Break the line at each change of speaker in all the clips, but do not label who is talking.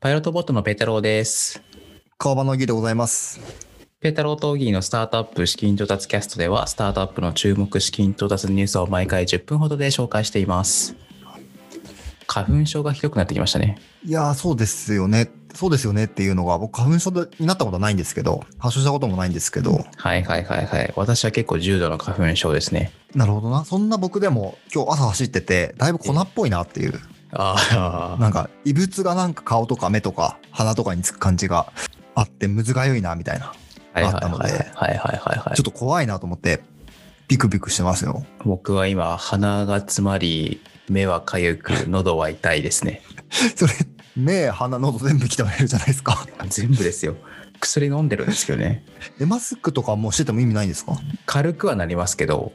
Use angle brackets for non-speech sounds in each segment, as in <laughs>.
パイロットボットのペータローです。
川場の儀でございます。
ペータローとギーのスタートアップ資金調達キャストでは、スタートアップの注目資金調達ニュースを毎回10分ほどで紹介しています。花粉症がひどくなってきましたね。
いやー、そうですよね。そうですよねっていうのが、僕、花粉症でになったことはないんですけど、発症したこともないんですけど、
はいはいはいはい。私は結構重度の花粉症ですね。
なるほどな。そんな僕でも、今日朝走ってて、だいぶ粉っぽいなっていう、
ああ。
なんか、異物がなんか顔とか目とか鼻とかにつく感じがあって、むずがゆいな、みたいな。
はいはい
あったの
はい
で
はいはいはいはい
ちょっ。と怖いなと思って、ビクビクしてますよ。 <laughs>
僕は今、鼻が詰まり、目はかゆく、喉は痛いですね。
それ、目、鼻、喉全部鍛えられるじゃないですか。 <laughs>
全部ですよ。薬飲んでるんですけどね。
え、マスクとかもうしてても意味ないんですか
軽くはなりますけど、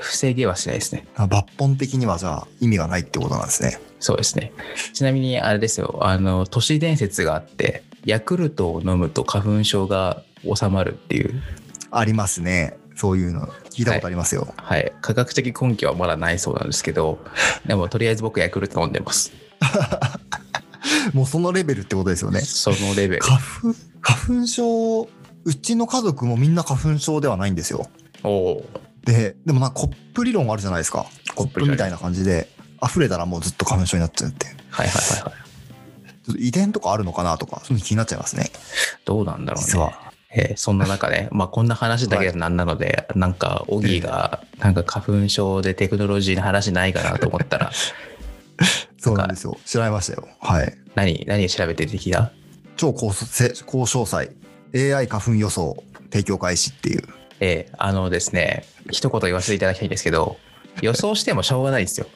防げはしないですね。
あ抜本的にはじゃあ意味がないってことなんですね。
そうですね。ちなみにあれですよ、あの、都市伝説があって、ヤクルトを飲むと花粉症が治まるっていう、
ありますね。そういうの聞いたことありますよ。
はい、科学的根拠はまだないそうなんですけど、でもとりあえず僕ヤクルト飲んでます。
もうそのレベルってことですよね。
そのレベ <laughs> ル。
花粉、花粉症、うちの家族もみんな花粉症ではないんですよ。
おお
で、でもなんかコップ理論あるじゃないですか。コッ
プ
プ
理論
みたいな感じで、溢れたらもうずっと花粉症になっちゃうっていう。
はいはいはいはい。
ちょっと遺伝とかあるのかなとか、そういうの気になっちゃいますね。
どうなんだろうね。
実は。
えーそんな中ね、まあ、こんな話だけじゃなんなので、なんか、オギーが、なんか花粉症でテクノロジーの話ないかなと思ったら、 <laughs>
そうなんですよ。調べましたよ。はい。
何、何調べて出てきた
超高そせ高詳細。AI 花粉予想、提供開始っていう。
ええあのですね、一言言わせていただきたいんですけど、予想してもしょうがないですよ。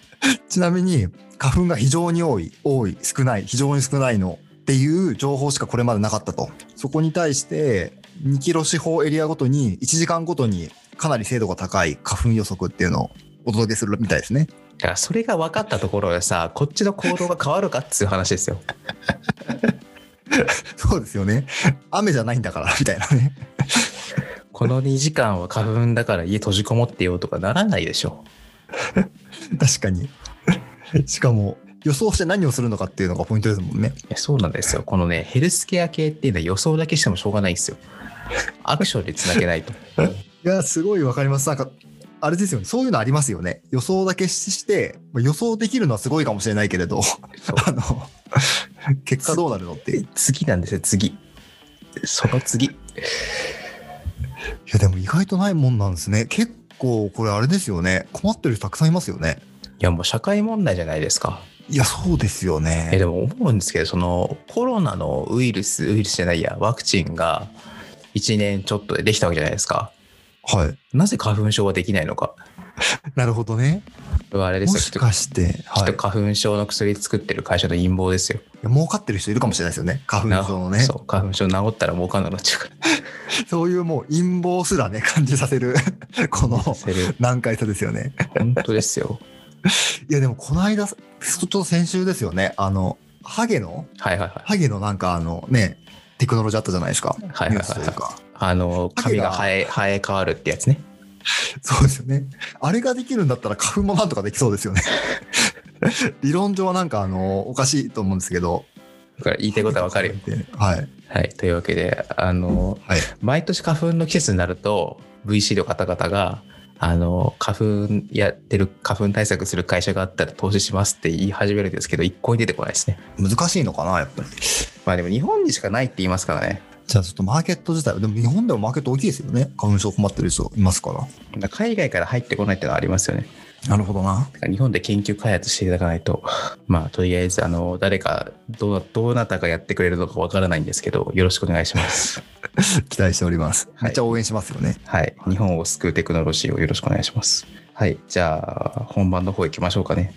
ちなみに、花粉が非常に多い、多い、少ない、非常に少ないのっていう情報しかこれまでなかったと。そこに対して、2キロ四方エリアごとに、1時間ごとにかなり精度が高い花粉予測っていうのをお届けするみたいですね。
だからそれが分かったところでさ、こっちの行動が変わるかっつう話ですよ。
そうですよね。雨じゃないんだから、みたいなね。
この2時間は花粉だから家閉じこもってようとかならないでしょ。
確かに。しかも、予想して何をするのかっていうのがポイントですもんね。
いやそうなんですよ。このね、ヘルスケア系っていうのは予想だけしてもしょうがないんですよ。アクションでつなげないと。
いや、すごいわかります。なんか、あれですよね。そういうのありますよね。予想だけしして、まあ予想できるのはすごいかもしれないけれど、あの、結果どうなるのっていう。い
次なんですよ、次。その次。
や、でも意外とないもんなんですね。結構、これあれですよね。困ってる人たくさんいますよね。
いや、もう社会問題じゃないですか。
いや、そうですよ
え
ね。
でも思うんですけどそのコロナのウイルスウイルスじゃないやワクチンが1年ちょっとでできたわけじゃないですか
はい。
なぜ花粉症はできないのか
なるほどね。
これはあれで
も
すよ
し
きっと
かして、はい。
き
い
っと花粉症の薬作ってる会社の陰謀ですよ。
や儲かってる人いるかもしれないですよね。花粉症の
な
ね。そ
そう花粉症治ったら儲かんなくなっちゃうか
ういうもう陰謀すらね、感じさせる、こ <laughs> の
ら。
難解さですよね。
本当ですよ。
いやでもこの間、そちょっと先週ですよね。あの、ハゲの、
はいはいはい。
ハゲのなんかあのね、テクノロジーあったじゃないです
は
か。
いはい
ニュ
は
ースと
い
いう
はい。
か。
あの髪が生え生え変わるってやつね。
そうですよね。あれができるんだったら花粉もなんとかできそうですよね。 <laughs> 理論上はなんかあの、おかしいと思うんですけど。
だから言いたいことはわかるよ。
はい。
はい。というわけであの
はい。
毎年花粉の季節になると VC の方々があの花粉やってる花粉対策する会社があったら投資しますって言い始めるんですけど一向に出てこないですね
難しいのかな、やっぱり。
まあでも日本にしかないって言いますからね
じゃあちょっとマーケット自体、でも日本でもマーケット大きいですよね。花粉症困ってる人いますから。
だから海外から入ってこないってのはありますよね
なるほどな。
だから日本で研究開発していただかないと <laughs> まあとりあえずあの誰かどうどなたがやってくれるのかわからないんですけどよろしくお願いします
期待しております。めっちゃ応援しますよね。
はい日本を救うテクノロジーをよろしくお願いしますはいじゃあ本番の方行きましょうかね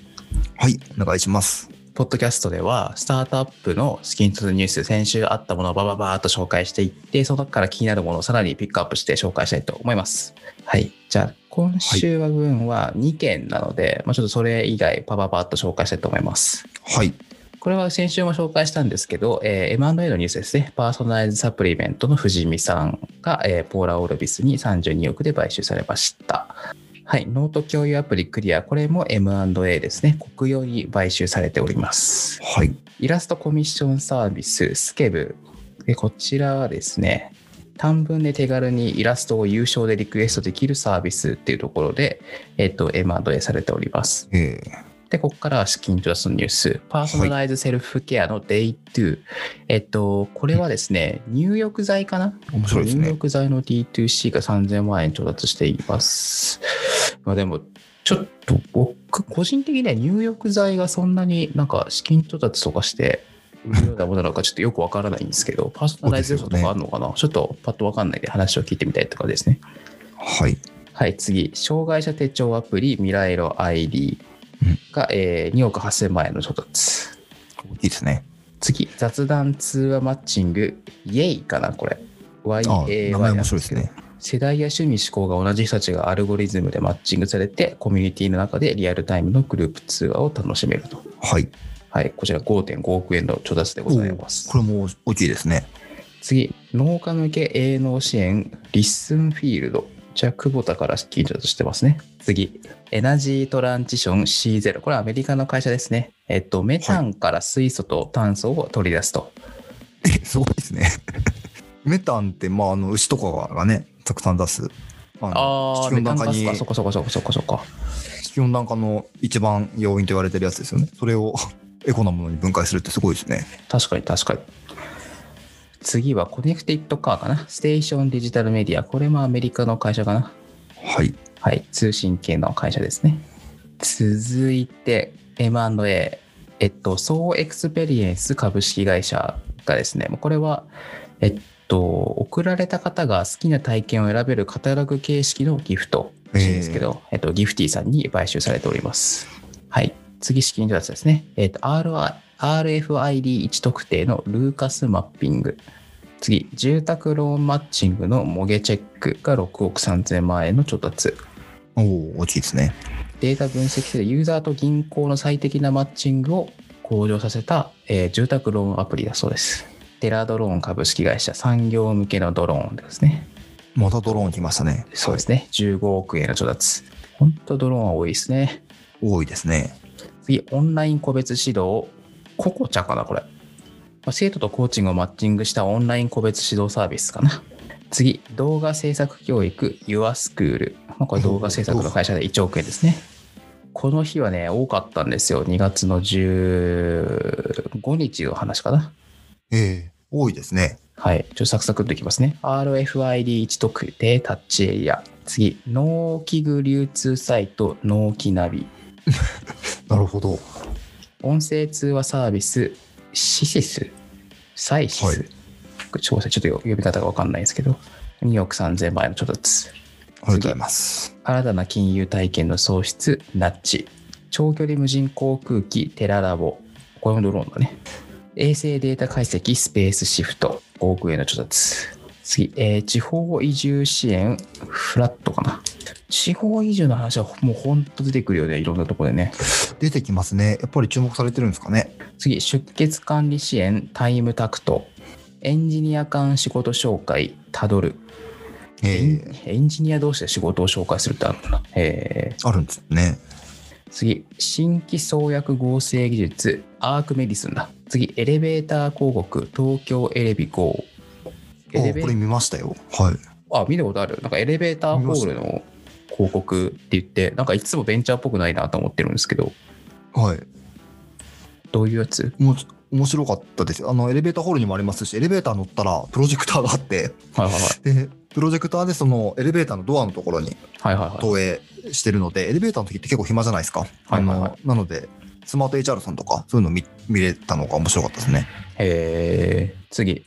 はい、お願いします。
ポッドキャストでは、スタートアップのスキントのニュース、先週あったものをバババーっと紹介していって、その中から気になるものをさらにピックアップして紹介したいと思います。はい。じゃあ、今週は分は2件なので、まあちょっとそれ以外、パパパーっと紹介したいと思います。
はい。
これは先週も紹介したんですけど、えー M&A のニュースですね。パーソナライズサプリメントの藤見さんが、えーポーラオルビスに32億で買収されました。はい。ノート共有アプリクリア。これも M&A ですね。国用に買収されております。
はい。
イラストコミッションサービス、スケブ。でこちらはですね、短文で手軽にイラストを有償でリクエストできるサービスっていうところで、えっと、M&A されております。
え
で、ここからは資金調達のニュース、パーソナライズセルフケアの Day2、えっと、これはですね、入浴剤かな
面白いですね
入浴剤の D2C が3000万円調達しています。まあでも、ちょっと僕、個人的には入浴剤がそんなになんか資金調達とかして、売るようなものなのかちょっとよくわからないんですけ
<laughs>
ど、パーソナライズ要素とかあるのかな、ちょっとパッとわかんないんで話を聞いてみたいとかですね。
はい。
はい、次、障害者手帳アプリ、未来色 ID
うん
が、えー2億8000万円の調達。
いいですね。
次、雑談通話マッチング、イエイかな、これ。
あ
YAY
名前面白いです
なん
ね。
です世代や趣味、思考が同じ人たちがアルゴリズムでマッチングされて、コミュニティの中でリアルタイムのグループ通話を楽しめると。
はい。
はい、こちら5.5億円の調達でございます。
これも大きいですね。
次、農家向け営農支援、リッスンフィールド。じゃあ、久保田から聞いたとしてますね。次、エナジートランジション C0。これはアメリカの会社ですね。えっと、メタンから水素と炭素を取り出すと。
すごいですね。 <laughs> メタンって、まあ、あの牛とかがね、たくさん出す。あの
ああ、
地
メ
球温
タン
暖
ガ
化
ス
に
か。そこそこそこそこそこ。
地球温暖化の一番要因と言われてるやつですよね。それを <laughs> エコなものに分解するってすごいですね。
確かに確かに。次はコネクティッドカーかな。ステーションデジタルメディア。これもアメリカの会社かな。
はい。
はい、通信系の会社ですね。続いて M&A、えっと、ソーエクスペリエンス株式会社がですね、もうこれは、えっと、送られた方が好きな体験を選べるカタログ形式のギフトらしいんですけど、えっと、ギフティさんに買収されております。はい、次、資金調達ですね。えっと、RI RFID1 特定のルーカスマッピング。次、住宅ローンマッチングのモゲチェックが6億3000万円の調達。
おお、大きいですね。
データ分析でユーザーと銀行の最適なマッチングを向上させた、えー住宅ローンアプリだそうです。テラドローン株式会社産業向けのドローンですね。
またドローン来ましたね。
そうですね。15億円の調達。本当ドローンは多いですね。
多いですね。
次、オンライン個別指導、ココチャかな、これ。まあ生徒とコーチングをマッチングしたオンライン個別指導サービスかな。次、動画制作教育、YourSchool。まあ、これ動画制作の会社で1億円ですね。この日はね、多かったんですよ。2月の15日の話かな。
ええ多いですね。
はい。ちょっとサクサクっといきますね。RFID1 特定タッチエリア。次、農機具流通サイト、農機ナビ。
なるほど。
音声通話サービス、シシス、サイシ
はい
ス、ちょっとごめんなさいちょっと呼び方が分かんないんですけど、2億3000万円の調達、
ありがとうございます。
新たな金融体験の創出、ナッチ、長距離無人航空機、テララボ、これもドローンだね、衛星データ解析、スペースシフト、5億円の調達、次、えー地方移住支援、フラットかな。地方移住の話はもう本当出てくるよね、いろんなところでね。
出てきますね。やっぱり注目されてるんですかね。
次、出血管理支援、タイムタクト、エンジニア間仕事紹介、たどる、エ
ええ
ンエンジニア同士で仕事を紹介するってあるのかな。えー
あるんですね。
次、新規創薬合成技術、アークメディスンだ。次、エレベーター広告、東京エレビ GO。エレ
あ
ベ
これ見ましたよ。はい。
あ、見たことある。なんかエレベーターホールの広告って言って、なんかいつもベンチャーっぽくないなと思ってるんですけど、
はい。
どういうやつ
もう面白かったですよあのエレベーターホールにもありますしエレベーター乗ったらプロジェクターがあって
はいはい
でプロジェクターでそのエレベーターのドアのところに
はい。はいはいはい。
投影してるのでエレベーターの時って結構暇じゃないですか、
はいはいはい
あのなのでスマート HR さんとかそういうの見見れたのが面白かったですね
えー次。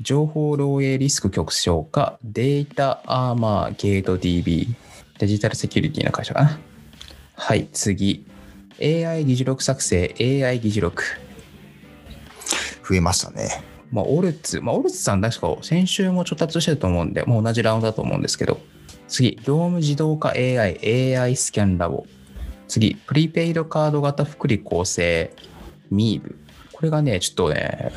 情報漏洩リスク極小化、データアーマーゲート DB、デジタルセキュリティの会社かな。はい、次。AI 議事録作成、AI 議事録。
増えましたね
まあ、オルツ、まあ、オルツさん確か先週も調達してると思うんで、もう同じラウンドだと思うんですけど。次、業務自動化 AI、AI スキャンラボ。次、プリペイドカード型福利厚生、ミーブ。これがね、ちょっとね、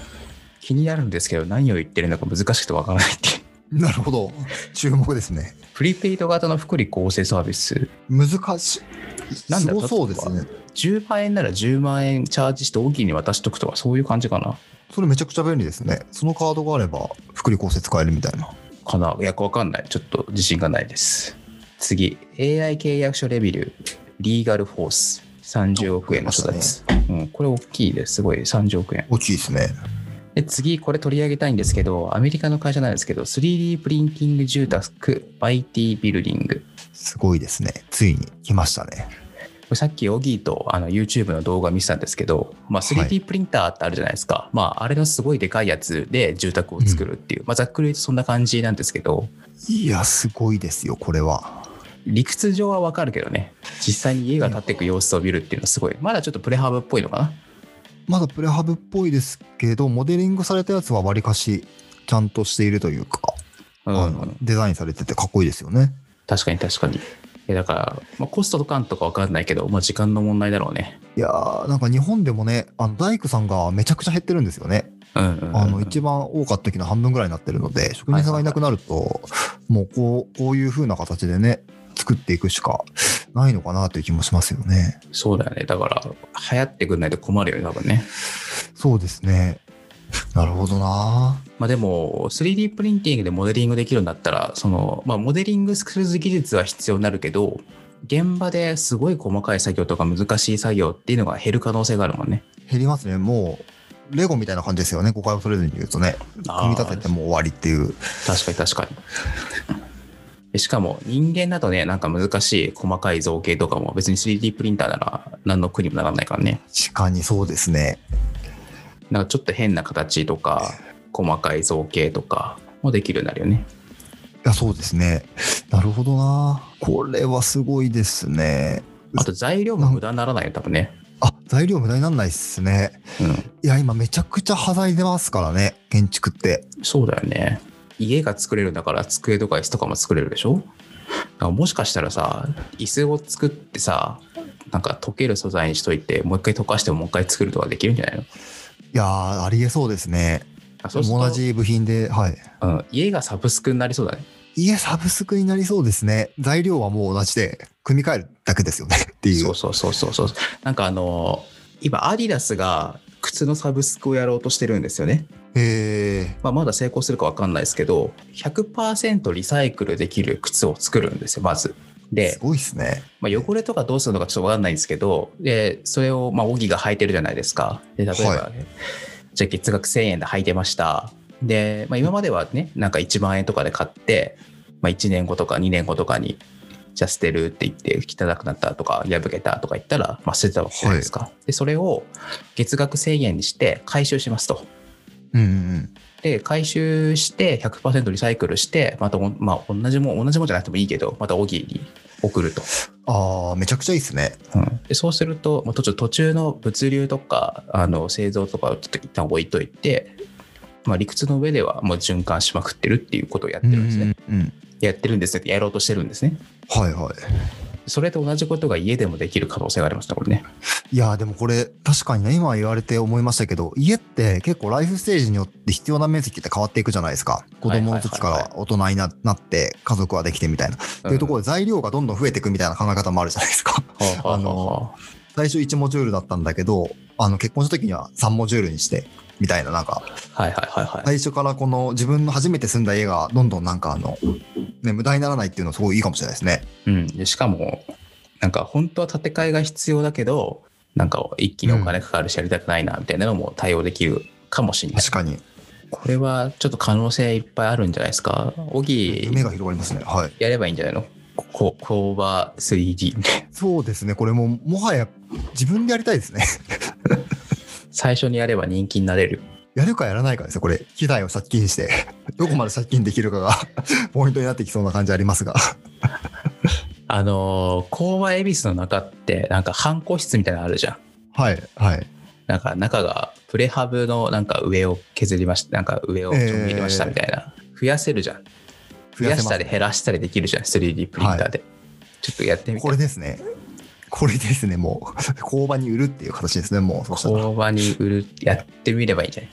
気になるんですけど、何を言ってるのか難しくてわからないっていう。
なるほど注目ですね
プリペイド型の福利厚生サービス。
難しい
なんだ
すごそうですね。
10万円なら10万円チャージして大きいに渡しとくとか、そういう感じかな。
それめちゃくちゃ便利ですね。そのカードがあれば、福利厚生使えるみたいな。
かな。いや、わかんない。ちょっと自信がないです。次、AI 契約書レビュー、リーガルフォース、30億円の人たち。うん、これ大きいです。すごい、30億円。
大きいですね。
で次、これ取り上げたいんですけど、アメリカの会社なんですけど、3D プリンティング住宅 IT ビルディング。
すごいですね。ついに来ましたね。
これさっき、オギーとあの YouTube の動画見てたんですけど、まあ、
はい
3D プリンターってあるじゃないですか、まあ、あれのすごいでかいやつで住宅を作るっていう、まあ、ざっくり言うとそんな感じなんですけど、
いや、すごいですよ、これは。
理屈上はわかるけどね、実際に家が建っていく様子を見るっていうのはすごい、まだちょっとプレハブっぽいのかな。
まだプレハブっぽいですけど、モデリングされたやつはわりかし、ちゃんとしているというか、
う
あ
ん
のデザインされててかっこいいですよね。
確かに確かに。いやだから、まあ、コストとかんとかわかんないけど、まあ、時間の問題だろうね。
いやー、なんか日本でもね、あの大工さんがめちゃくちゃ減ってるんですよね。
うんうんうん
あの一番多かった時の半分ぐらいになってるので、職人さんがいなくなると、もうこうこういう風な形でね、作っていくしかないのかなという気もしますよね。
そうだよね。だから、流行ってくんないと困るよね、多分ね。
そうですね。なるほどな。
まあでも、3D プリンティングでモデリングできるんだったら、その、まあモデリングする技術は必要になるけど、現場ですごい細かい作業とか難しい作業っていうのが減る可能性があるもんね。
減りますね。もう、レゴみたいな感じですよね。誤解を恐れずに言うとね。組み立ててもう終わりっていう。
確かに確かに。でしかも人間だとね、なんか難しい細かい造形とかも別に 3D プリンターなら何の苦にもならないからね。
確かにそうですね。
なんかちょっと変な形とか、細かい造形とかもできるようになるよね。
いや、そうですね。なるほどな。これはすごいですね。
あと材料も無駄にならないよ、多分ね。
あ、材料無駄になんないっすね。
うん。
いや、今めちゃくちゃ端材出ますからね。建築って。
そうだよね。家が作れるんだから机とか椅子とかも作れるでしょだからもしかしたらさ、椅子を作ってさ、なんか溶ける素材にしといて、もう一回溶かしてもう一回作るとかできるんじゃないの
いやー、ありえそうですね。
あそうすると
同じ部品で、はい。
うん、家がサブスクになりそうだね。
家サブスクになりそうですね。材料はもう同じで、組み替えるだけですよねってい
そうう。そうそうそうそう。なんかあのー今アディダスが靴のサブスクをやろうとしてるんですよね。
え
まあ、まだ成功するかわかんないですけど、100%リサイクルできる靴を作るんですよ、まず。
ー、、
です
ごいですね。
まあ、汚れとかどうするのかちょっとわかんないんですけど、で、それを、まあ、オギが履いてるじゃないですか。で、例えば、ね
は
じゃあ月額1000円で履いてました。で、まあ、今まではね、なんか1万円とかで買って、まあ、1年後とか2年後とかに、じゃあ捨てるって言って、汚くなったとか、破けたとか言ったら、まあ、捨てたわけじゃないですか。で、それを月額1000円にして回収しますと。
うんうん
で、回収して100%リサイクルして、またお、まあ、同じもん、同じもんじゃなくてもいいけど、またオギに送ると。
うん。あー、めちゃくちゃいいですね。
うん、でそうすると、まあ、途中途中の物流とかあの製造とかをちょっと一旦置いといて、まあ、理屈の上ではもう循環しまくってるっていうことをやってるんですね、
うんうんうん。
やってるんですねやろうとしてるんですね
はいはい。
それと同じことが家でもできる可能性がありますねこれね
いやーでもこれ確かにね今言われて思いましたけど家って結構ライフステージによって必要な面積って変わっていくじゃないですか子供の時か
はいはい
ら大人にななって家族はできてみたいな、っていうところで材料がどんどん増えていくみたいな考え方もあるじゃないですか
ろ、はあはあ
あの最初1モジュールだったんだけどあの結婚した時には3モジュールにしてみたいななんか
はいはいはいはい、
最初からこの自分の初めて住んだ家がどんどんなんかあの、ね、無駄にならないっていうのはすごいいいかもしれないですね
うん、でしかもなんか本当は建て替えが必要だけどなんか一気にお金かかるしやりたくないなみたいなのも対応できるかもしれない、
確かに
これはちょっと可能性いっぱいあるんじゃないですか小木
夢が広がりますねはい
やればいいんじゃないのここ工場 3D
そうですねこれももはや自分でやりたいですね
<laughs>
<laughs>
最初にやれば人気になれる
やるかやらないかですよ、これ。機材を借金して、 <laughs> どこまで借金できるかが <laughs> ポイントになってきそうな感じありますが。
あのー工場恵比寿の中ってなんか半個室みたいなのあるじゃん
はい、はい。
なんか中がプレハブのなんか上を削りましたなんか上をちょっと入れましたみたいな、増やせるじゃん増やしたり減らしたりできるじゃん 3D プリンターで、ちょっとやってみて
これですね。これですね、もう。工場に売るっていう形ですね、もう。そうしたら。
工場に売るやってみればいいんじゃない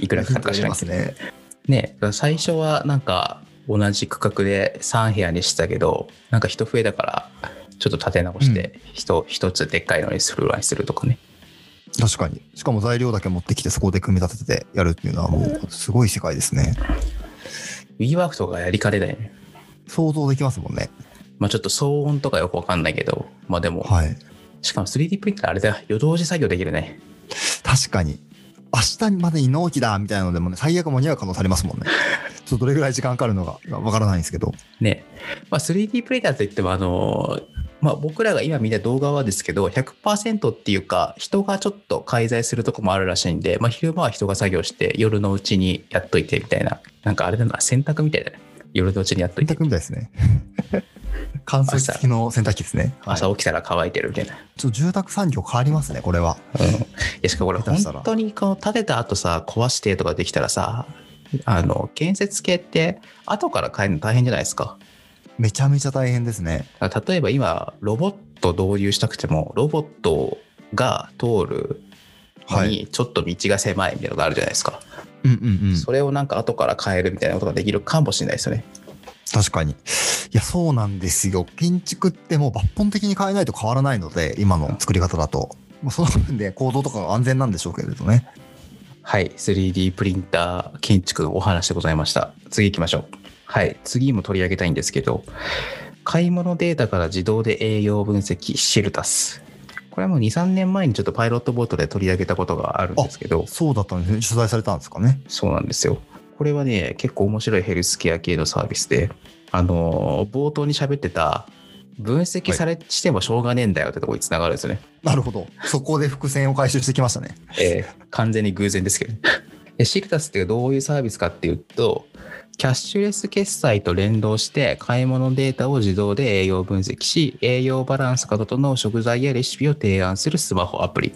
いくらかかるか知
ヒントあり
らん
ま
け
す
ど
ね。
ね最初はなんか同じ区画で3部屋にしてたけどなんか人増えたからちょっと立て直して、人一つでっかいのにフルーにするとかね。
確かに。しかも材料だけ持ってきて、そこで組み立ててやるっていうのは、もう、すごい世界ですね。
WeWork とかやりかねないね。
想像できますもんね。
まあちょっと騒音とかよくわかんないけど、まあでも、
はい。
しかも 3D プリンターあれだよ、夜通し作業できるね。
確かに。明日までに納期だみたいなのでもね、最悪間に合う可能性ありますも <laughs> んね。ちょっとどれぐらい時間かかるのかわからないんですけど。
ね、まあ、3D プリンターといってもあの、まあ、僕らが今見た動画はですけど100%っていうか人がちょっと介在するとこもあるらしいんで、まあ、昼間は人が作業して夜のうちにやっといてみたいななんかあれだな洗濯みたいだね夜のうちにやっといて
洗濯みたいですね。 <laughs> 乾燥機付きの洗濯機ですね。はい、ち
朝起きたら乾いてるみたいな、
ょっと住宅産業変わりますね、これは。
うん、いやしかもこれ
下手したら
本当にこの建てた後さ壊してとかできたらさあの建設系って後から変えるの大変じゃないですか
めちゃめちゃ大変ですね。
だから例えば今ロボット導入したくてもロボットが通るの
はい。
にちょっと道が狭いみたいなのがあるじゃないですか、
うんうんうん。
それをなんか後から変えるみたいなことができるかもしれないですよね
確かに。いや、そうなんですよ。建築ってもう抜本的に変えないと変わらないので、今の作り方だと。まあその分で行動とかが安全なんでしょうけれどね。
はい 3D プリンター建築のお話でございました次行きましょうはい次も取り上げたいんですけど買い物データから自動で栄養分析シルタスこれはもう23年前にちょっとパイロットボートで取り上げたことがあるんですけど
そうだったんですね。取材されたんですかね。
そうなんですよ。これはね、結構面白いヘルスケア系のサービスで、あのー、冒頭に喋ってた、分析され、してもしょうがねえんだよってとこにつながるんですよね。
なるほど。そこで伏線を回収してきましたね。
えー完全に偶然ですけどね。 <laughs> でシルタスってどういうサービスかっていうと、キャッシュレス決済と連動して買い物データを自動で栄養分析し、栄養バランスが整う食材やレシピを提案するスマホアプリ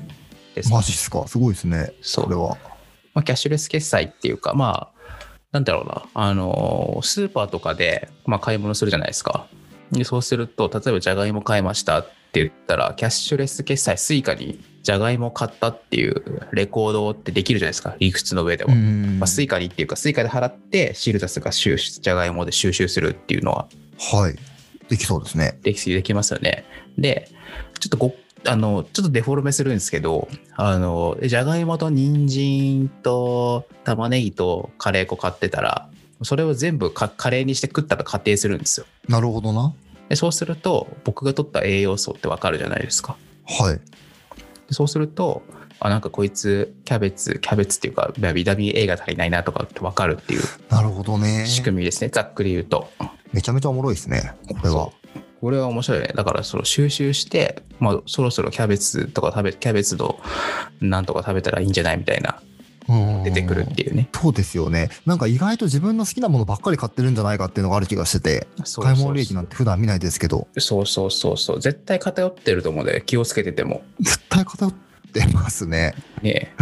です。
マジっすか。すごいですね。
そう
これは。
まあ、キャッシュレス決済っていうか、まあ、なんだろうな、あのースーパーとかで、まあ、買い物するじゃないですか。でそうすると、例えば、じゃがいも買いましたって言ったら、キャッシュレス決済、スイカにじゃがいも買ったっていうレコードってできるじゃないですか、理屈の上では。
ん
まあ、スイカにっていうか、スイカで払って、シールダスが収集じゃがいもで収集するっていうのは
はい。できそうですね。
できできますよね。で、ちょっとごあのちょっとデフォルメするんですけど、あのじゃがいもと人参と玉ねぎとカレー粉買ってたら、それを全部かカレーにして食ったと仮定するんですよ。
なるほどな。
でそうすると、僕が取った栄養素ってわかるじゃないですか。
はい。
でそうすると、あなんかこいつキャベツキャベツっていうかまあビタミン A が足りないなとかってわかるっていう
なるほどね。
仕組みですね、ざっくり言うと。
めちゃめちゃおもろいですね。これは
そ。うこれは面白いねだからその収集して、まあ、そろそろキャベツとか食べキャベツのなんとか食べたらいいんじゃないみたいな
うん
出てくるっていうね
そうですよね。なんか意外と自分の好きなものばっかり買ってるんじゃないかっていうのがある気がしてて、
そう
買い物利益なん
て
て普段見ないですけど、
そうそうそうそう絶対偏ってると思うんで気をつけてても
絶対偏ってますね。
ね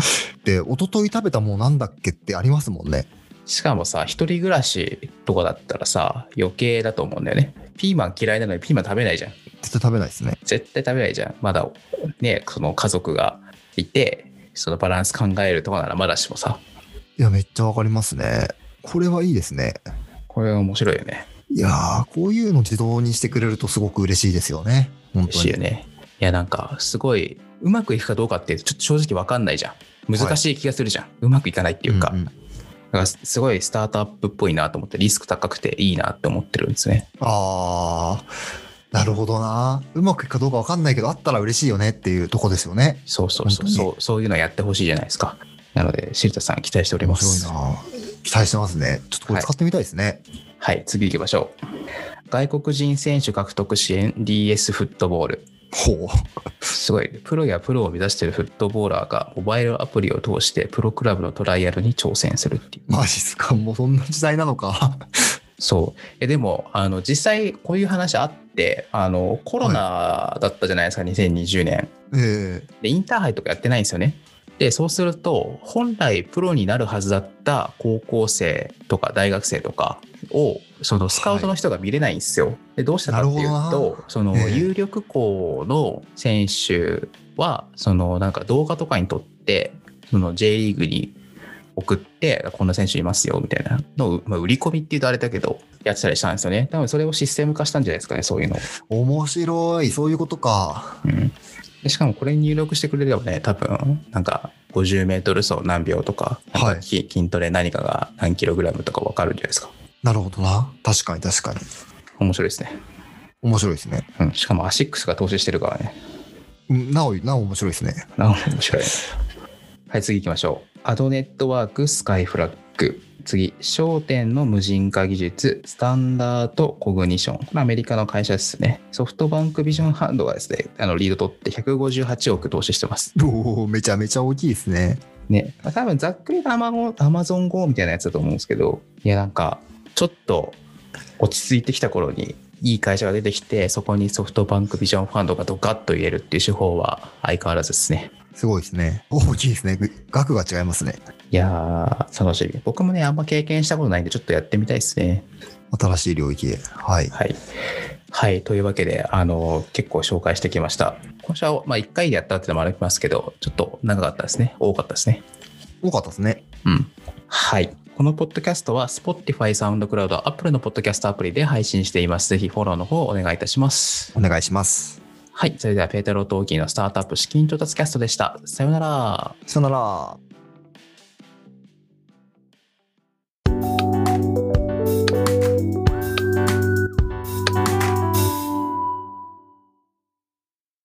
で、一昨日食べたものなんだっけってありますもんね。
しかもさ一人暮らしとかだったらさ余計だと思うんだよねピーマン嫌いなのにピーマン食べないじゃん
絶対食べないですね。
絶対食べないじゃんまだねその家族がいてそのバランス考えるとかならまだしもさ
いや、めっちゃわかりますね。これはいいですね。
これは面白いよね
いやー、こういうの自動にしてくれるとすごく嬉しいですよね。本
嬉
当
しい
に
よ。ね。いやなんかすごいうまくいくかどうかってちょっと正直わかんないじゃん。難しい気がするじゃん。うまくいかないっていうか。
んん
だからすごいスタートアップっぽいなと思ってリスク高くていいなって思ってるんですね。
あー、なるほどな。うまくいくかどうかわかんないけど、あったら嬉しいよねっていうとこですよね。
そうそうそう
本当
そ
に
うそういうのやってほしいじゃないですか。なのでシルタさん期待しておりま
面
す。
白いな。期待してますね。ちょっとこれ使ってみたいですね。
はい次行きましょう。外国人選手獲得支援 DS フットボール。
ほう。
すごい。プロやプロを目指しているフットボーラーがモバイルアプリを通してプロクラブのトライアルに挑戦するっていう。
マジっすか。もうそんな時代なのか。 <laughs>
そうえでもあの実際こういう話あってあのコロナだったじゃないですか、2020年
ええ
でインターハイとかやってないんですよねでそうすると本来プロになるはずだった高校生とか大学生とかをそのスカウトの人が見れないんですよ、でどうしたかっていう
なるほ
とその
ええ
有力校の選手はそのなんか動画とかに撮ってその J リーグに送ってこんな選手いますよみたいなのを、まあ、売り込みっていうとあれだけどやってたりしたんですよね。多分それをシステム化したんじゃないですかね、そういうのを。
面白い。そういうことか。
うんでしかもこれに入力してくれればね、多分なんか50メートル走何秒とか、なんか
はい
き筋トレ何かが何キログラムとか分かるんじゃないですか。
なるほどな。確かに確かに。
面白いですね。
面白いですね。
うん、しかもアシックスが投資してるからね。
うんなお、なお面白いですね。
な面白い。 <laughs> はい、次行きましょう。アドネットワーク、スカイフラッグ。次、焦点の無人化技術、スタンダードコグニション。これアメリカの会社ですね。ソフトバンクビジョンハンドがですね、あのリード取って158億投資してます。
おお、めちゃめちゃ大きいですね。
ね、まあ、多分ざっくりアマゴアマゾン GO みたいなやつだと思うんですけどいやなんかちょっと落ち着いてきた頃にいい会社が出てきてそこにソフトバンクビジョンファンドがドカッと入れるっていう手法は相変わらずですね
すごいですね。大きいですね。ぐ額が違いますね。
いやー楽しみ僕もねあんま経験したことないんでちょっとやってみたいですね
新しい領域へ。はい。
はいはいというわけであの結構紹介してきました今週は、まあ、1回でやったってのもありますけどちょっと長かったですね多かったですね
多かったですね。
うん。はい。このポッドキャストは Spotify、SoundCloud、Apple のポッドキャストアプリで配信しています。ぜひフォローの方お願いいたします。
お願いします。
はい。それではペータロー・トーキーのスタートアップ資金調達キャストでした。さようなら。
さよなら。